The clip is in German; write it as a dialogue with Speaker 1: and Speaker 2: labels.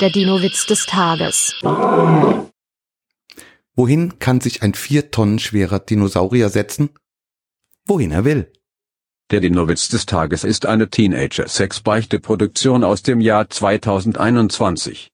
Speaker 1: Der Dino-Witz des Tages.
Speaker 2: Wohin kann sich ein vier Tonnen schwerer Dinosaurier setzen? Wohin er will.
Speaker 3: Der Dinowitz des Tages ist eine Teenager-Sex-Beichte-Produktion aus dem Jahr 2021.